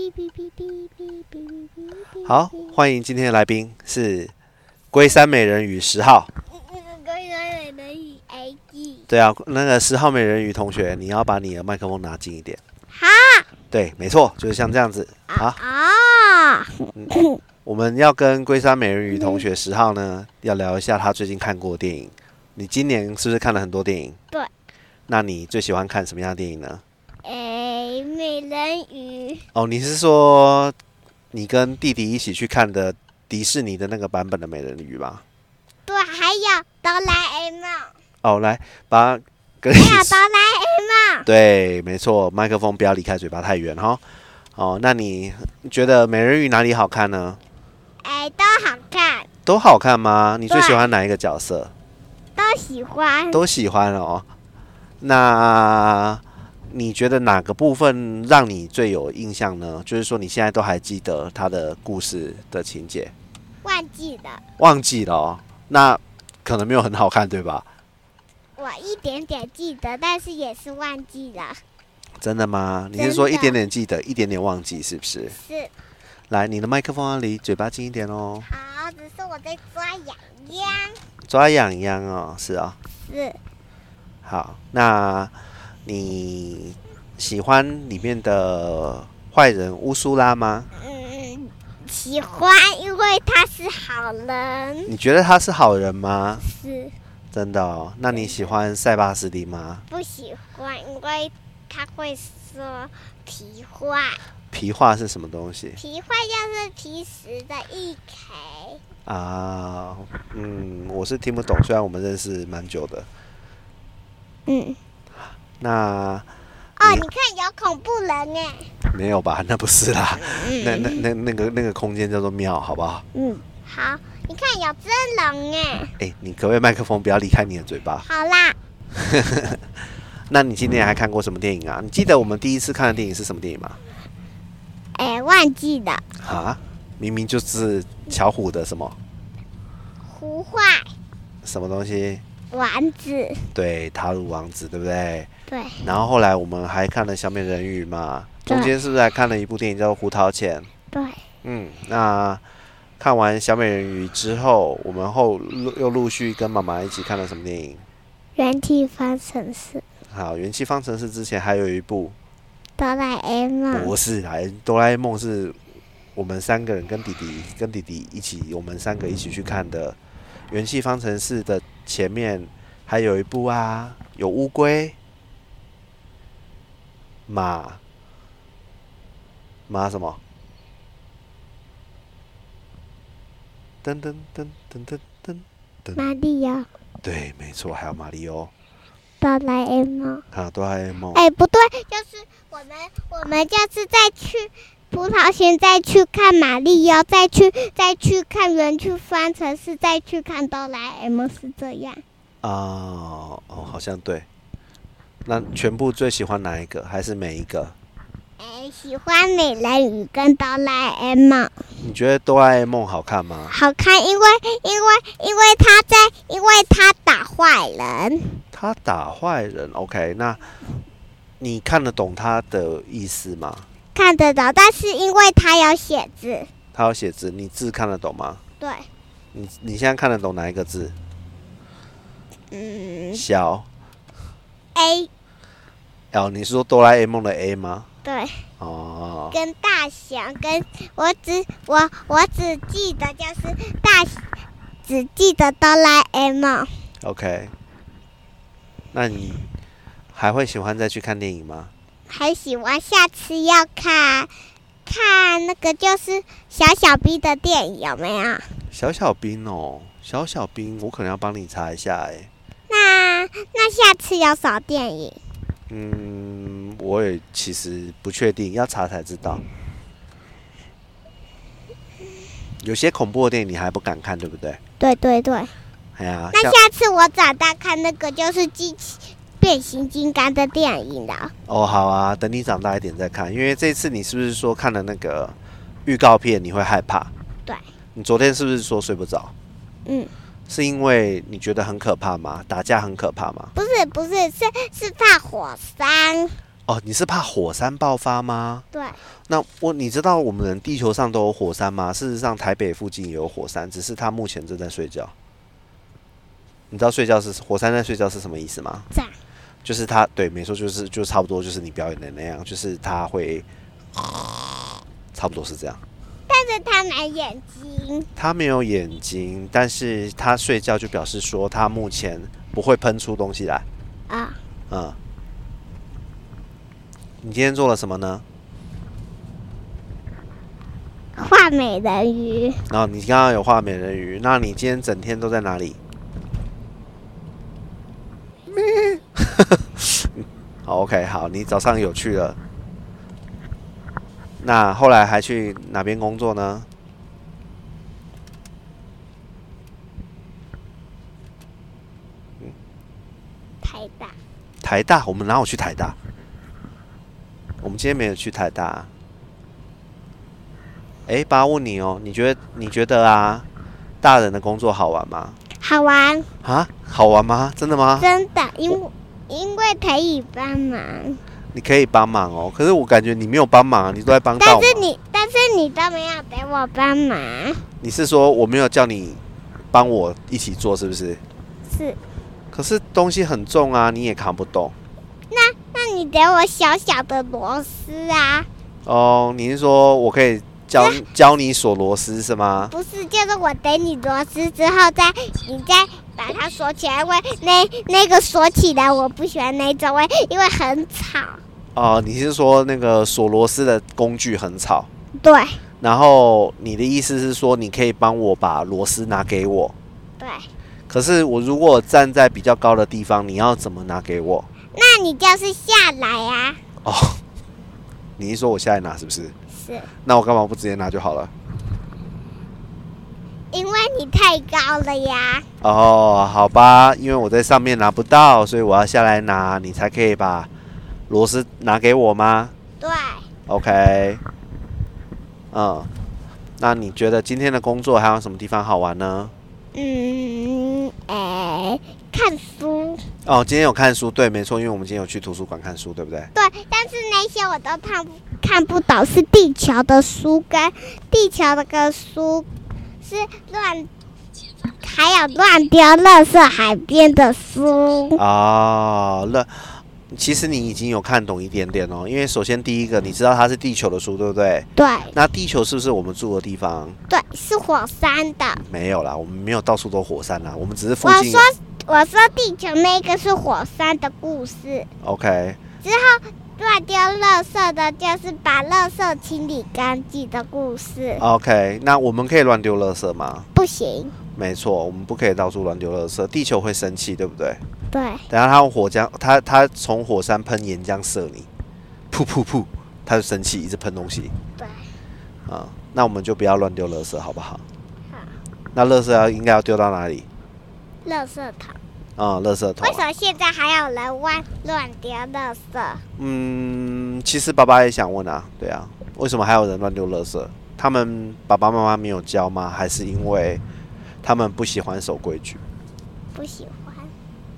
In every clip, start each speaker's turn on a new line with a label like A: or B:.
A: 哔哔哔哔哔哔哔哔哔。
B: 好，欢迎今天的来宾是龟山美人鱼十号。
A: 迎各位来人的与 A G。
B: 对啊，那个十号美人鱼同学，你要把你的麦克风拿近一点。
A: 哈
B: 对，没错，就是像这样子。好，
A: 啊！
B: 我们要跟龟山美人鱼同学十号呢，要聊一下他最近看过的电影。你今年是不是看了很多电影？
A: 对。
B: 那你最喜欢看什么样的电影呢？
A: 哎，美人鱼，
B: 哦，你是说你跟弟弟一起去看的迪士尼的那个版本的美人鱼吧？
A: 对，还有哆啦 A 梦，
B: 哦，来把跟
A: 还 有哆啦 A 梦。
B: 对，没错，麦克风不要离开嘴巴太远哈。哦，那你觉得美人鱼哪里好看呢？
A: 哎，都好看，
B: 都好看吗？你最
A: 对啊
B: 喜欢哪一个角色？
A: 都喜欢。
B: 都喜欢哦。那你觉得哪个部分让你最有印象呢？就是说你现在都还记得它的故事的情节，
A: 忘记了，
B: 忘记了哦。那可能没有很好看，对吧？
A: 我一点点记得，但是也是忘记了。
B: 真的吗？你是
A: 真
B: 说一
A: 的
B: 点点记得，一点点忘记，是不是？
A: 是，
B: 来，你的麦克风要离嘴巴近一点哦，
A: 好，只是我在抓痒痒。
B: 抓痒痒哦，是哦。
A: 是，
B: 好，那你喜欢里面的坏人乌苏拉吗？
A: 嗯，喜欢，因为他是好人。
B: 你觉得他是好人吗？
A: 是
B: 真的哦，那你喜欢塞巴斯蒂吗？
A: 不喜欢，因为他会说皮话，
B: 皮话是什么东西
A: 皮话就是皮实的一开。
B: 啊？嗯，我是听不懂，虽然我们认识蛮久的。
A: 嗯，
B: 那
A: 哦，
B: 你
A: 你看有恐怖人哎。
B: 没有吧？那不是啦，那那那那个那个空间叫做庙，好不好？
A: 嗯，好，你看有真人哎。
B: 哎、你可不可以麦克风不要离开你的嘴巴？
A: 好啦，
B: 那你今年还看过什么电影啊？你记得我们第一次看的电影是什么电影吗？
A: 哎，忘记了，
B: 啊，明明就是巧虎的什么
A: 胡话
B: 什么东西，
A: 丸子，
B: 对，塔鲁王子，对不对？
A: 对，
B: 然后后来我们还看了小美人鱼嘛，
A: 对
B: 中间是不是还看了一部电影叫做《胡桃钳》？
A: 对，
B: 嗯，那看完小美人鱼之后，我们后陆又陆续跟妈妈一起看了什么电影？
A: 原地方程式，
B: 好，《元气方程式》之前还有一部，
A: 哆啦 A 梦
B: 不，是还哆啦 A 梦是我们三个人跟弟弟跟弟弟一起，我们三个一起去看的《元气方程式》的前面还有一部啊，有乌龟、马、马什么？噔噔噔噔噔噔，
A: 马里奥，
B: 对，没错，还有马里奥，
A: 哆啦 A 梦。
B: 还有哆啦 A 梦。
A: 哎、不对，就是我们我们就是再去葡萄园，再去看玛丽奥，再去再去看园区方程式，再去看哆啦 A 梦是这样。
B: 哦哦，好像对。那全部最喜欢哪一个？还是每一个？
A: 哎、喜欢美人鱼跟哆啦 A 梦，
B: 你觉得哆啦 A 梦好看吗？
A: 好看，因为因为因为他在，因为他打坏人，
B: 他打坏人，OK？那你看得懂他的意思吗？
A: 看得到，但是因为他有写字，
B: 他有写字，你字看得懂吗？
A: 对，
B: 你你现在看得懂哪一个字？
A: 嗯哎
B: 小
A: ，A，
B: 哦，你是说哆啦 A 梦的 A 吗？
A: 对。
B: 哦，
A: 跟大象跟我只我我只记得就是大，只记得哆啦 A 梦，
B: OK。那你还会喜欢再去看电影吗？
A: 还喜欢下次要看看那个就是小小兵的电影有没有？
B: 小小兵哦，小小兵，我可能要帮你查一下哎、
A: 那那下次有什么电影？
B: 嗯，我也其实不确定，要查才知道。有些恐怖的电影你还不敢看，对不对？
A: 对对对，
B: 哎呀，
A: 那
B: 像
A: 下次我长大看那个就是机器变形金刚的电影了。
B: 哦，好啊，等你长大一点再看，因为这次你是不是说看了那个预告片你会害怕？
A: 对。
B: 你昨天是不是说睡不着？
A: 嗯，
B: 是因为你觉得很可怕吗？打架很可怕吗？
A: 不是不是是是怕火山，
B: 哦，你是怕火山爆发吗？
A: 对，
B: 那我你知道我们地球上都有火山吗？事实上，台北附近也有火山，只是它目前正在睡觉。你知道睡觉是火山在睡觉是什么意思吗？
A: 炸
B: 就是它对，没错，就是就差不多就是你表演的那样，就是它会，差不多是这样。
A: 是他蓝眼睛，
B: 它没有眼睛，但是它睡觉就表示说它目前不会喷出东西来。
A: 啊、
B: 嗯，你今天做了什么呢？
A: 画美人鱼，
B: 然后你刚刚有画美人鱼，那你今天整天都在哪里？ 好，OK，好，你早上有去了。那后来还去哪边工作呢？
A: 太大，
B: 台大，我们哪有去台大？我们今天没有去台大、啊。哎，爸问你哦，你觉得你觉得啊，大人的工作好玩吗？
A: 好玩，
B: 啊，好玩吗？真的吗？
A: 真的，因为因为可以帮忙，
B: 你可以帮忙哦，可是我感觉你没有帮忙啊，你都在帮倒
A: 但
B: 忙。
A: 是你但是你都没有给我帮忙，
B: 你是说我没有叫你帮我一起做，是不是？
A: 是，
B: 可是东西很重啊，你也扛不动。
A: 那你给我小小的螺丝啊，
B: 哦，你是说我可以教教你锁螺丝是吗？
A: 不是，就是我给你螺丝之后再，你再把它锁起来，因为那那个锁起来我不喜欢那种，因为因为很吵。
B: 哦，你是说那个锁螺丝的工具很吵？
A: 对
B: 然后你的意思是说，你可以帮我把螺丝拿给我，
A: 对，
B: 可是我如果站在比较高的地方，你要怎么拿给我？
A: 那你就是下来啊，
B: 哦， 你一说我下来拿是不是？
A: 是
B: 那我干嘛不直接拿就好了？
A: 因为你太高了呀。
B: 哦，好吧，因为我在上面拿不到，所以我要下来拿，你才可以把螺丝拿给我吗
A: 对，
B: ？OK，嗯，那你觉得今天的工作还有什么地方好玩呢？
A: 嗯，哎，看书。
B: 哦，今天有看书，对，没错，因为我们今天有去图书馆看书，对不对？
A: 对，但是那些我都看不看不懂，是地球的书跟地球那个书是乱，还有乱丢垃圾海边的书。
B: 啊，那其实你已经有看懂一点点哦，因为首先第一个，你知道它是地球的书，对不对？
A: 对
B: 那地球是不是我们住的地方？
A: 对，是火山的。
B: 没有啦，我们没有到处都火山啦，我们只是附
A: 我
B: 近
A: 说
B: 有。
A: 我说地球那个是火山的故事，
B: OK，
A: 之后乱丢垃圾的就是把垃圾清理干净的故事。
B: OK，那我们可以乱丢垃圾吗？
A: 不行，
B: 没错，我们不可以到处乱丢垃圾，地球会生气，对不对？
A: 对
B: 等一下它用火浆，它它从火山喷岩浆射你，噗噗噗，它就生气，一直喷东西
A: 对，
B: 啊、那我们就不要乱丢垃圾，好不好？
A: 好
B: 那垃圾要应该要丢到哪里？
A: 垃圾桶。
B: 啊、垃圾桶
A: 为
B: 啊。
A: 什么现在还有人乱乱丢垃圾？
B: 嗯，其实爸爸也想问啊，对啊，为什么还有人乱丢垃圾？他们爸爸妈妈没有教吗？还是因为他们不喜欢守规矩？
A: 不喜欢，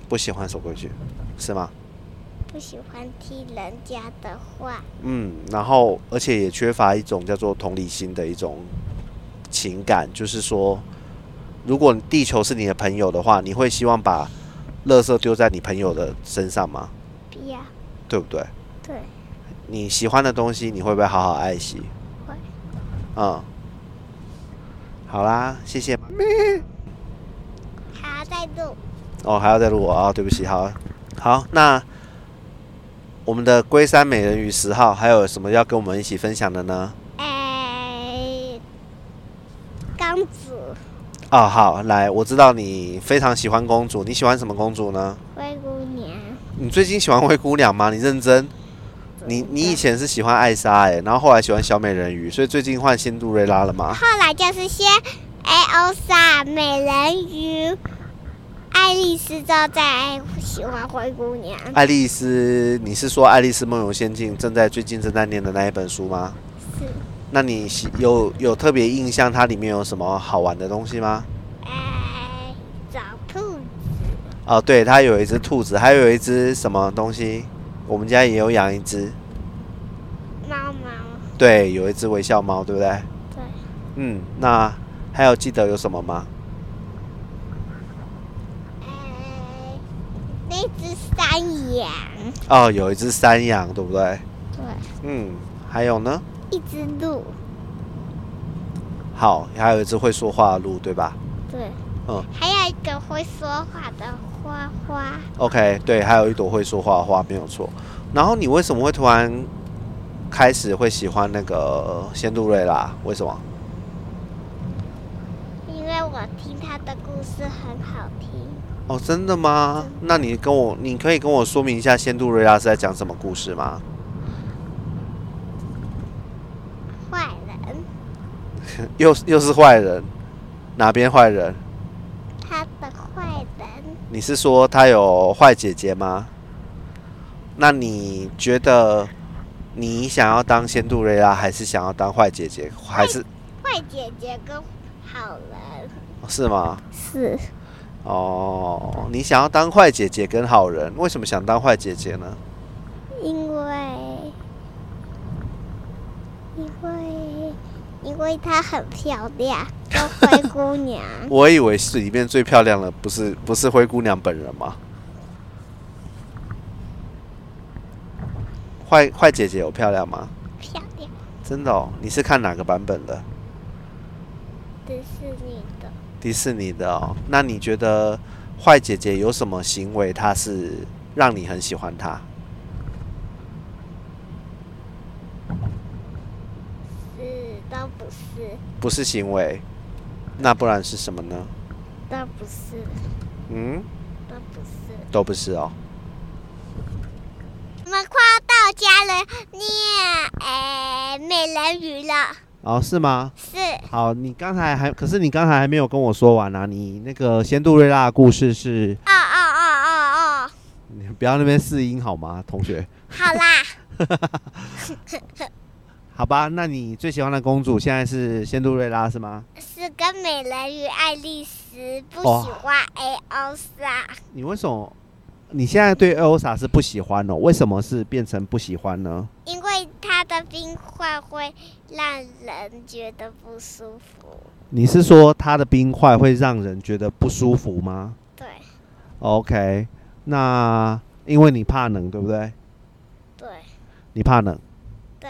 B: 不喜欢守规矩，是吗？
A: 不喜欢听人家的话。
B: 嗯，然后而且也缺乏一种叫做同理心的一种情感，就是说，如果地球是你的朋友的话，你会希望把垃圾丢在你朋友的身上吗？
A: 不要，
B: 对不对？
A: 对，
B: 你喜欢的东西，你会不会好好爱惜？
A: 会。
B: 嗯，好啦，谢谢。
A: 还要再录。
B: 哦，还要再录我啊、对不起，好，好，那我们的龟山美人鱼十号还有什么要跟我们一起分享的呢？
A: 哎，刚子
B: 哦，好，来，我知道你非常喜欢公主，你喜欢什么公主呢？
A: 灰姑娘，
B: 你最近喜欢灰姑娘吗？你认真？
A: 啊
B: 你你以前是喜欢艾莎哎、然后后来喜欢小美人鱼，所以最近换仙杜瑞拉 了吗？
A: 后来就是先哎欧莎、美人鱼、爱丽丝，之后再喜欢灰姑娘。
B: 爱丽丝，你是说《爱丽丝梦游仙境》正在最近正在念的那一本书吗？
A: 是，
B: 那你喜有有特别印象它里面有什么好玩的东西吗？
A: 哎，找兔子，
B: 哦，对，它有一只兔子，还有一只什么东西？我们家也有养一只，
A: 猫猫，
B: 对，有一只微笑猫，对不对？
A: 对，
B: 嗯，那还有记得有什么吗？
A: 哎，那只山羊，
B: 哦，有一只山羊，对不对？
A: 对，
B: 嗯，还有呢？
A: 一只鹿，
B: 好，还有一只会说话的鹿，对吧
A: 对，
B: 嗯，
A: 还有一个会说话的花花，
B: ？OK，对，还有一朵会说话的花，没有错。然后你为什么会突然开始会喜欢那个仙杜瑞拉？为什么？
A: 因为我听他的故事很好听。
B: 哦，真的吗？那你跟我，你可以跟我说明一下仙杜瑞拉是在讲什么故事吗？
A: 坏人，
B: 又又是坏人，哪边坏人？
A: 他的坏人，
B: 你是说她有坏姐姐吗？那你觉得你想要当仙杜瑞拉，还是想要当坏姐姐，还是
A: 坏姐姐跟好人
B: 是吗？
A: 是
B: 哦，你想要当坏姐姐跟好人，为什么想当坏姐姐呢？
A: 因为，因为，因为她很漂亮，叫灰姑娘。
B: 我以为是里面最漂亮的，不是不是灰姑娘本人吗？坏坏姐姐有漂亮吗？
A: 漂亮，
B: 真的哦，你是看哪个版本的？
A: 迪士尼的，
B: 迪士尼的哦。那你觉得坏姐姐有什么行为，她是让你很喜欢她？
A: 是都嗯不是，
B: 不是行为，那不然是什么呢？
A: 都不是，
B: 嗯，
A: 都不是。
B: 都不是哦。
A: 我们快要到家了，念哎美人鱼了，
B: 哦，是吗？
A: 是
B: 好，你刚才还，可是你刚才还没有跟我说完啊。你那个仙杜瑞拉的故事是，
A: 哦哦哦哦哦，
B: 你不要那边试音好吗，同学？
A: 好 啦，
B: 好吧，那你最喜欢的公主现在是仙杜瑞拉是吗？
A: 是跟美人鱼爱丽丝不
B: 哦
A: 喜欢 A O 莎。
B: 你为什么？你现在对欧莎是不喜欢哦？为什么是变成不喜欢呢？
A: 因为它的冰块会让人觉得不舒服。
B: 你是说它的冰块会让人觉得不舒服吗
A: 对
B: ？OK，那因为你怕冷，对不对？
A: 对
B: 你怕冷，
A: 对，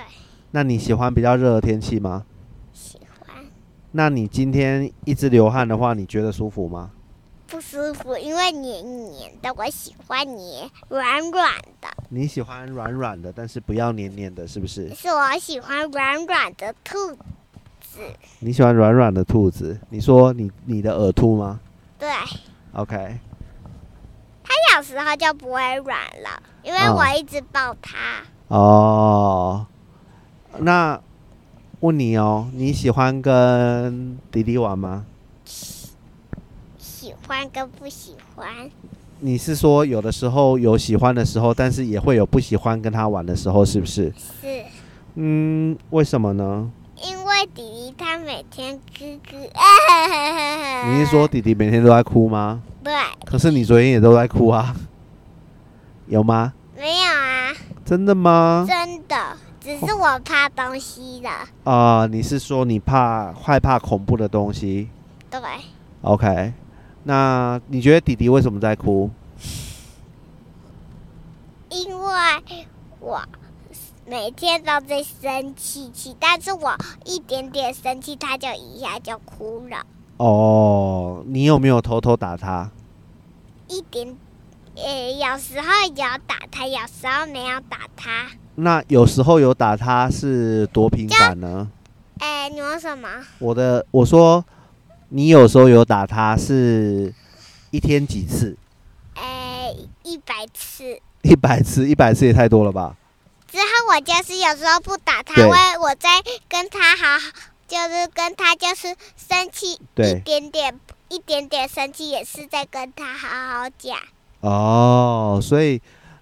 B: 那你喜欢比较热的天气吗？
A: 喜欢
B: 那你今天一直流汗的话，你觉得舒服吗？
A: 不舒服，因为黏黏的，我喜欢黏软软的，
B: 你喜欢软软的，但是不要黏黏的，是不是？
A: 是我喜欢软软的兔子。
B: 你喜欢软软的兔子？你说你你的耳兔吗
A: 对，
B: ？OK，
A: 它小时候就不会软了，因为
B: 嗯
A: 我一直抱它。
B: 哦，那问你哦，你喜欢跟迪迪玩吗？
A: 喜欢跟不喜欢，
B: 你是说有的时候有喜欢的时候，但是也会有不喜欢跟他玩的时候，是不是？
A: 是
B: 嗯，为什么呢？
A: 因为弟弟他每天咯咯。
B: 你是说弟弟每天都在哭吗？
A: 对？
B: 可是你昨天也都在哭啊，有吗？
A: 没有啊。
B: 真的吗？
A: 真的，只是我怕东西了。
B: 啊、你是说你怕害怕恐怖的东西
A: 对，
B: ？OK，那你觉得弟弟为什么在哭？
A: 因为我每天都在生气气，但是我一点点生气，他就一下就哭了，
B: 哦，你有没有偷偷打他？
A: 一点。呃，有时候有打他，有时候没有打他。
B: 那有时候有打他是多频繁呢？
A: 哎，你问什么？
B: 我的我说，你有时候有打他是一天几次？
A: 哎，一百次
B: 一百次，一百次也太多了吧？
A: 之后，我就是有时候不打他，
B: 对
A: 会我在跟他好，就是跟他就是生气一
B: 对，
A: 点点一点点生气，也是在跟他好好讲。
B: 哦，所以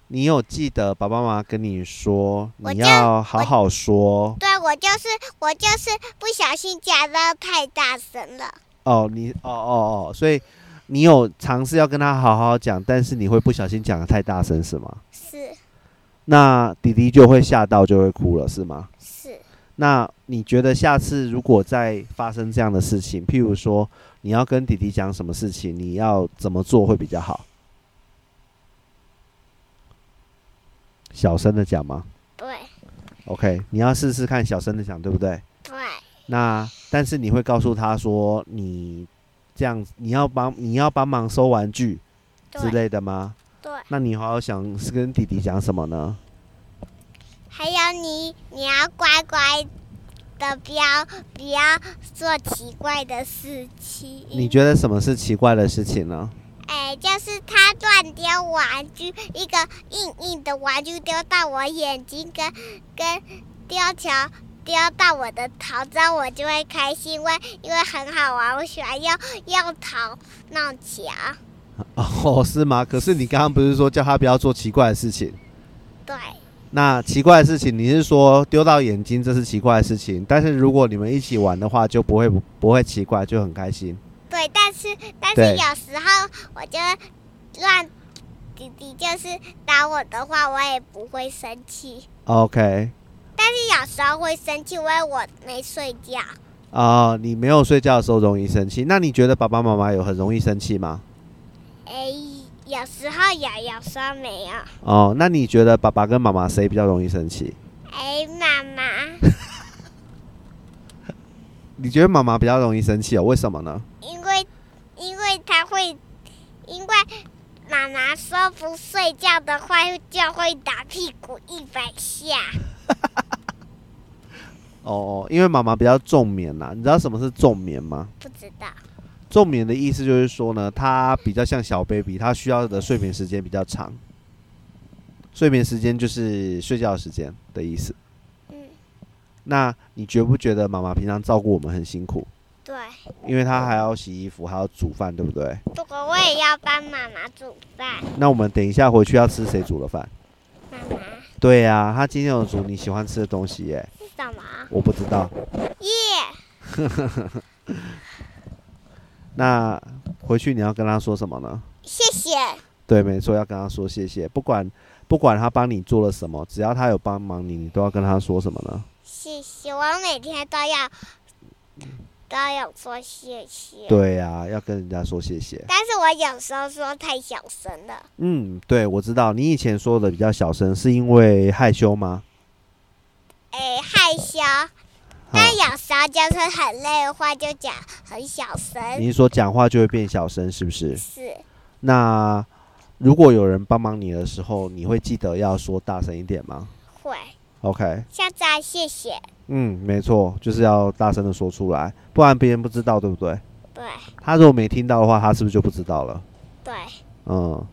B: 你有记得爸爸妈妈跟你说，
A: 我
B: 你
A: 这
B: 要好好说
A: 对我就是我就是不小心讲到太大声了，
B: 哦。你哦哦哦，所以你有尝试要跟他好好讲，但是你会不小心讲的太大声，是吗？
A: 是
B: 那弟弟就会吓到，就会哭了，是吗？
A: 是
B: 那你觉得下次如果再发生这样的事情，譬如说你要跟弟弟讲什么事情，你要怎么做会比较好？小声的讲吗
A: 对
B: ？OK，你要试试看小声的讲，对不对？
A: 对
B: 那但是你会告诉他说，你这样你要帮你要帮忙收玩具之
A: 对
B: 类的吗？
A: 对，
B: 那你还要想是跟弟弟讲什么呢？
A: 还有你你要乖乖的，不要不要做奇怪的事情。
B: 你觉得什么是奇怪的事情呢？
A: 哎，就是他乱丢玩具，一个硬硬的玩具丢到我眼睛跟跟吊桥丢到我的头，这样我就会开心，因为因为很好玩，我喜欢用用头弄桥。
B: 哦，是吗？可是你刚刚不是说叫他不要做奇怪的事情？
A: 对
B: 那奇怪的事情，你是说丢到眼睛这是奇怪的事情，但是如果你们一起玩的话，就不会不不会奇怪，就很开心。
A: 对，但是但是
B: 对
A: 有时候我就乱弟弟就是打我的话，我也不会生气。
B: OK，
A: 但是有时候会生气，因为我没睡觉。
B: 啊、你没有睡觉的时候容易生气，那你觉得爸爸妈妈有很容易生气吗？
A: 哎，有时候有，有时候没有。
B: 哦，那你觉得爸爸跟妈妈谁比较容易生气？
A: 哎，妈妈，
B: 你觉得妈妈比较容易生气哦？为什么呢？
A: 因为因为他会，因为妈妈说不睡觉的话就会打屁股一百下。
B: 哦，因为妈妈比较重眠啦、你知道什么是重眠吗？
A: 不知道，
B: 重眠的意思就是说呢，它比较像小 baby，它需要的睡眠时间比较长。睡眠时间就是睡觉时间的意思。
A: 嗯，
B: 那你觉不觉得妈妈平常照顾我们很辛苦？
A: 对。
B: 因为她还要洗衣服，还要煮饭，对不对？
A: 不过我也要帮妈妈煮饭。
B: 那我们等一下回去要吃谁煮的饭？
A: 妈妈
B: 对呀、她今天有煮你喜欢吃的东西耶。
A: 是什么？
B: 我不知道。
A: 耶、
B: 那回去你要跟她说什么呢？
A: 谢谢。
B: 对，没错，要跟她说谢谢。不管不管她帮你做了什么，只要她有帮忙你，你都要跟她说什么呢？
A: 谢谢，我每天都要都有说谢谢。
B: 对呀、要跟人家说谢谢。
A: 但是我有时候说太小声了，
B: 嗯，对，我知道你以前说的比较小声，是因为害羞吗？
A: 哎，害羞。
B: 啊
A: 但有时候就是很累的话，就讲很小声。
B: 你是说讲话就会变小声，是不是？
A: 是，
B: 那如果有人帮忙你的时候，你会记得要说大声一点吗
A: 会。
B: ？OK，
A: 下次啊，谢谢。
B: 嗯，没错，就是要大声的说出来，不然别人不知道，对不对？
A: 对
B: 他如果没听到的话，他是不是就不知道了？
A: 对，
B: 嗯，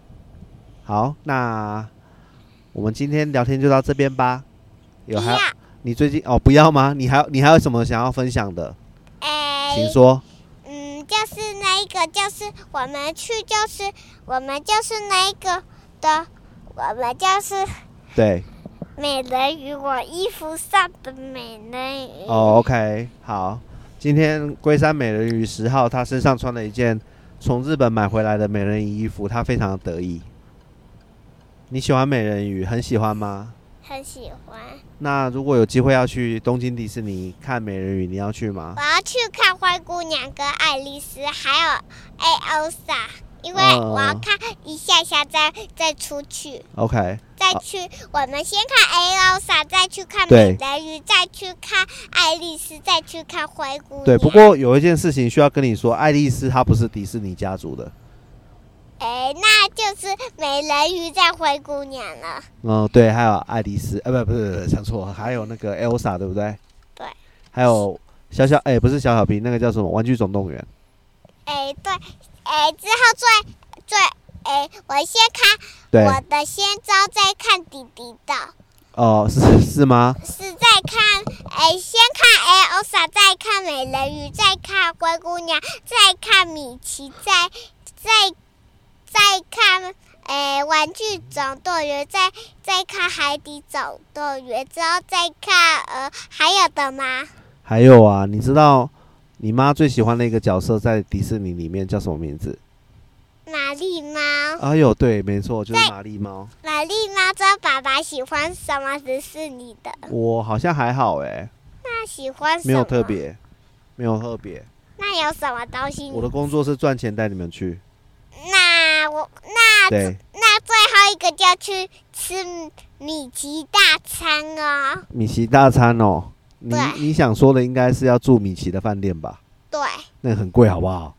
B: 好，那我们今天聊天就到这边吧。有
A: 不
B: 还
A: 要
B: 有你最近哦，不要吗？你还你还有什么想要分享的？
A: 哎，
B: 请说。
A: 嗯，就是那一个，就是我们去，就是我们就是那一个的，我们就是
B: 对，
A: 美人鱼，我衣服上的美人鱼。
B: 哦，OK，好，今天龟山美人鱼十号，她身上穿了一件从日本买回来的美人鱼衣服，她非常的得意。你喜欢美人鱼，很喜欢吗？
A: 很喜欢。
B: 那如果有机会要去东京迪士尼看美人鱼，你要去吗
A: 我？要去看灰姑娘跟爱丽丝，还有艾欧莎，因为
B: 哦
A: 我要看一下下再再出去，
B: OK，
A: 再
B: 好
A: 去、我们先看艾欧莎，再去看
B: 哦
A: 美
B: 对
A: 人鱼，再去看爱丽丝，再去看灰姑娘。
B: 对，不过有一件事情需要跟你说，爱丽丝她不是迪士尼家族的。
A: 哎，那就是美人鱼在灰姑娘了。
B: 嗯，对，还有爱丽丝，呃，不，不是，不是，讲错了，还有那个 Elsa，对不对？
A: 对。
B: 还有小小，哎、不是小小兵，那个叫什么？玩具总动员。
A: 哎，对，哎，之后最最哎，我先看
B: 对。
A: 我的先招，再看弟弟的。
B: 哦，是是吗？
A: 是在看，哎，先看艾欧莎，再看美人鱼，再看灰姑娘，再看米奇，再再再看，哎，玩具总动员，再再看海底总动员，之后再看呃，还有的吗？
B: 还有啊，你知道你妈最喜欢的一个角色在迪士尼里面叫什么名字？
A: 哪玛丽猫。
B: 哎呦，对，没错，就是玛丽猫。
A: 玛丽猫知道爸爸喜欢什么只是你的，
B: 我好像还好哎、
A: 那喜欢什么？
B: 没有特。别，没有特别。
A: 那有什么东西？
B: 我的工作是赚钱带你们去，
A: 那我那
B: 对，
A: 那最后一个就要去吃米奇大餐哦。
B: 米奇大餐哦。你
A: 对
B: 你想说的应该是要住米奇的饭店吧？
A: 对，
B: 那个很贵，好不好？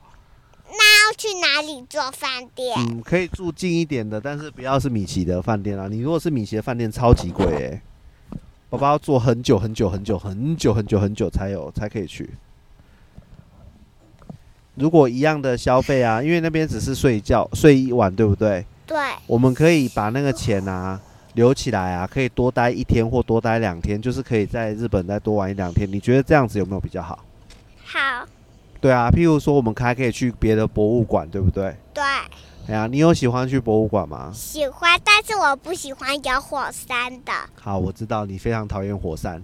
A: 要去哪里做饭店？
B: 嗯，可以住近一点的，但是不要是米奇的饭店啊。你如果是米奇的饭店，超级贵哎、爸爸要坐很久很久很久很久很久很久才有才可以去。如果一样的消费啊，因为那边只是睡觉睡一晚，对不对？
A: 对，
B: 我们可以把那个钱啊留起来啊，可以多待一天或多待两天，就是可以在日本再多玩一两天。你觉得这样子有没有比较好？
A: 好，
B: 对啊，譬如说我们还可以去别的博物馆，对不对？
A: 对，
B: 哎呀，你有喜欢去博物馆吗？
A: 喜欢，但是我不喜欢有火山的，
B: 好，我知道你非常讨厌火山，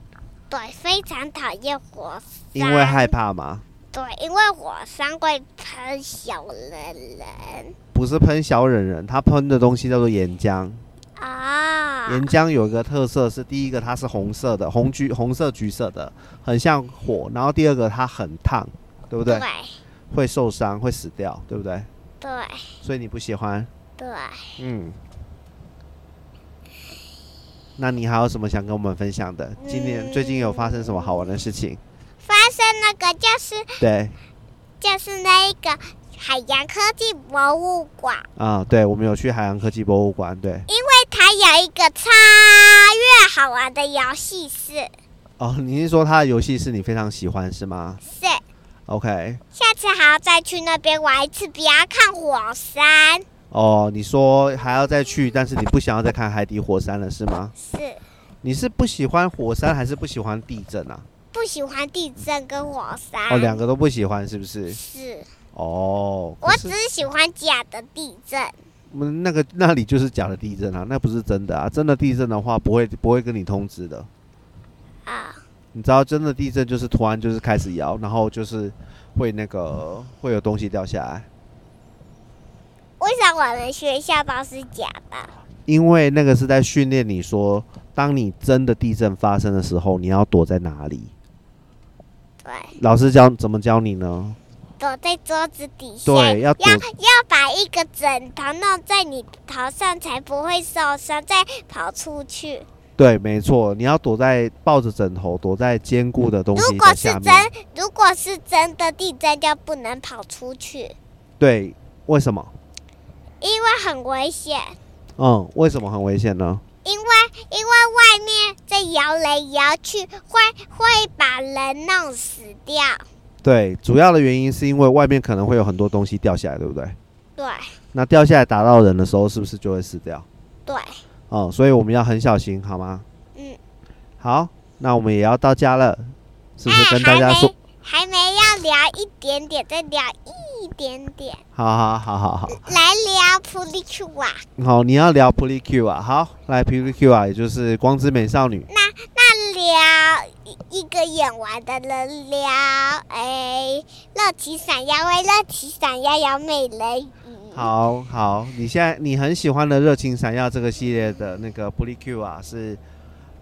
A: 对，非常讨厌火山，
B: 因为害怕嘛，
A: 对，因为火山会喷小人人
B: 不是喷小忍人，它喷的东西叫做岩浆。
A: 啊，
B: 岩浆有一个特色是，第一个它是红色的，红橘红色橘色的，很像火。然后第二个它很烫，对不
A: 对
B: 对？会受伤，会死掉，对不对？
A: 对
B: 所以你不喜欢。
A: 对，
B: 嗯。那你还有什么想跟我们分享的？今
A: 嗯
B: 年最近有发生什么好玩的事情？
A: 发生那个就是
B: 对，
A: 就是那一个海洋科技博物馆，
B: 啊、对，我们有去海洋科技博物馆，对。
A: 它有一个超越好玩的游戏室，
B: 哦，你是说它的游戏是你非常喜欢是吗
A: 是。
B: ？OK，
A: 下次还要再去那边玩一次，不要看火山。
B: 哦，你说还要再去，但是你不想要再看海底火山了是吗？
A: 是
B: 你是不喜欢火山还是不喜欢地震啊？
A: 不喜欢地震跟火山。
B: 哦，两个都不喜欢是不是？
A: 是，
B: 哦，可
A: 我
B: 是
A: 只是喜欢假的地震。
B: 嗯那个那里就是假的地震啊，那不是真的啊。真的地震的话，不会不会跟你通知的。
A: 啊、
B: 你知道，真的地震就是突然就是开始摇，然后就是会那个会有东西掉下来。
A: 为啥我们学校都是假的？
B: 因为那个是在训练你说，当你真的地震发生的时候，你要躲在哪里？
A: 对，
B: 老师教怎么教你呢？
A: 躲在桌子底下。
B: 对，要躲
A: 要要把一个枕头弄在你头上，才不会受伤，再跑出去。
B: 对，没错，你要躲在抱着枕头，躲在坚固的东
A: 如
B: 西
A: 果
B: 的
A: 是
B: 下
A: 真
B: 面。，
A: 如果是真的地震，就不能跑出去，
B: 对，为什么？
A: 因为很危险。
B: 嗯，为什么很危险呢？
A: 因为因为外面在摇来摇去，会会把人弄死掉。
B: 对，主要的原因是因为外面可能会有很多东西掉下来，对不对？
A: 对
B: 那掉下来打到人的时候，是不是就会死掉？
A: 对，
B: 嗯，所以我们要很小心，好吗？
A: 嗯。
B: 好，那我们也要到家了，是不
A: 哎
B: 是跟大家说？
A: 还没还没要聊一点点，再聊一点点，
B: 好好好好好。
A: 来聊普利丘瓦。
B: 好，你要聊 p r e Q 啊，好，来 p r e Q 啊，也就是光之美少女，
A: 那聊一一个演完的人聊，哎，乐奇闪耀为乐奇闪耀有美人鱼。
B: 好好，你现在你很喜欢的热情闪耀这个系列的那个 p r e Q 啊，是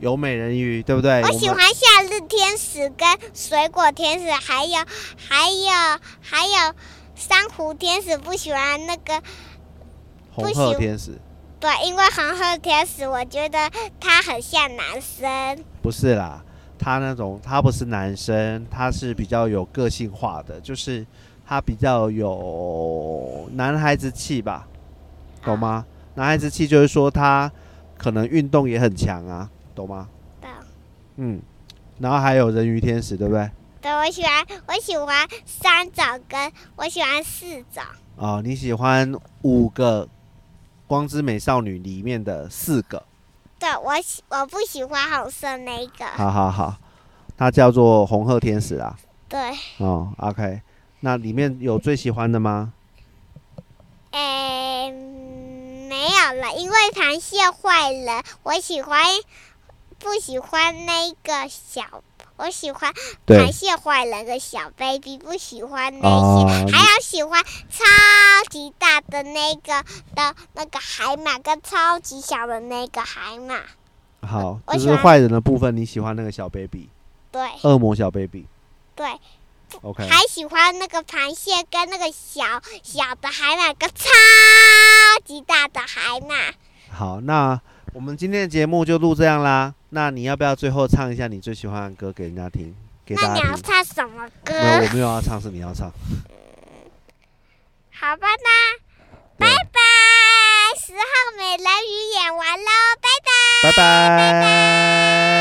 B: 有美人鱼，对不对？
A: 我喜
B: 哎们
A: 欢夏日天使跟水果天使，还有还有还有珊瑚天使。不喜欢那个，
B: 红
A: 不
B: 鹤
A: 喜
B: 天使，
A: 对，因为红鹤天使，我觉得它很像男生。
B: 不是啦，他那种他不是男生，他是比较有个性化的，就是他比较有男孩子气吧，懂吗？男孩子气就是说他可能运动也很强啊，懂吗？
A: 对，
B: 嗯，然后还有人鱼天使，对不对？
A: 对我喜欢我喜欢三种跟我喜欢四种。
B: 哦，你喜欢五个光之美少女里面的四个，
A: 对我喜我不喜欢红色那一个。
B: 好好好，它叫做红鹤天使啦。
A: 对，
B: 哦，OK，那里面有最喜欢的吗？
A: 哎，嗯没有了，因为螃蟹坏了。我喜欢不喜欢那个小，我喜欢
B: 对
A: 排泄坏人跟小 baby，不喜欢那
B: 哦
A: 些，
B: 你
A: 还有喜欢超级大的那个的那个海马跟超级小的那个海马。
B: 好，
A: 我
B: 就
A: 喜
B: 是
A: 欢
B: 坏人的部分，你喜欢那个小 baby，
A: 对
B: 恶魔小 baby。
A: 对，
B: OK，
A: 还喜欢那个螃蟹跟那个小小的海马跟超级大的海马。
B: 好，那我们今天的节目就录这样啦。那你要不要最后唱一下你最喜欢的歌给人家听，给
A: 那
B: 大
A: 你
B: 家
A: 要
B: 听？
A: 唱什么歌？
B: 没有，我没有要唱，是你要唱。
A: 好吧，那
B: 对，
A: 拜拜，十号美人鱼演完喽，拜拜。
B: 拜拜。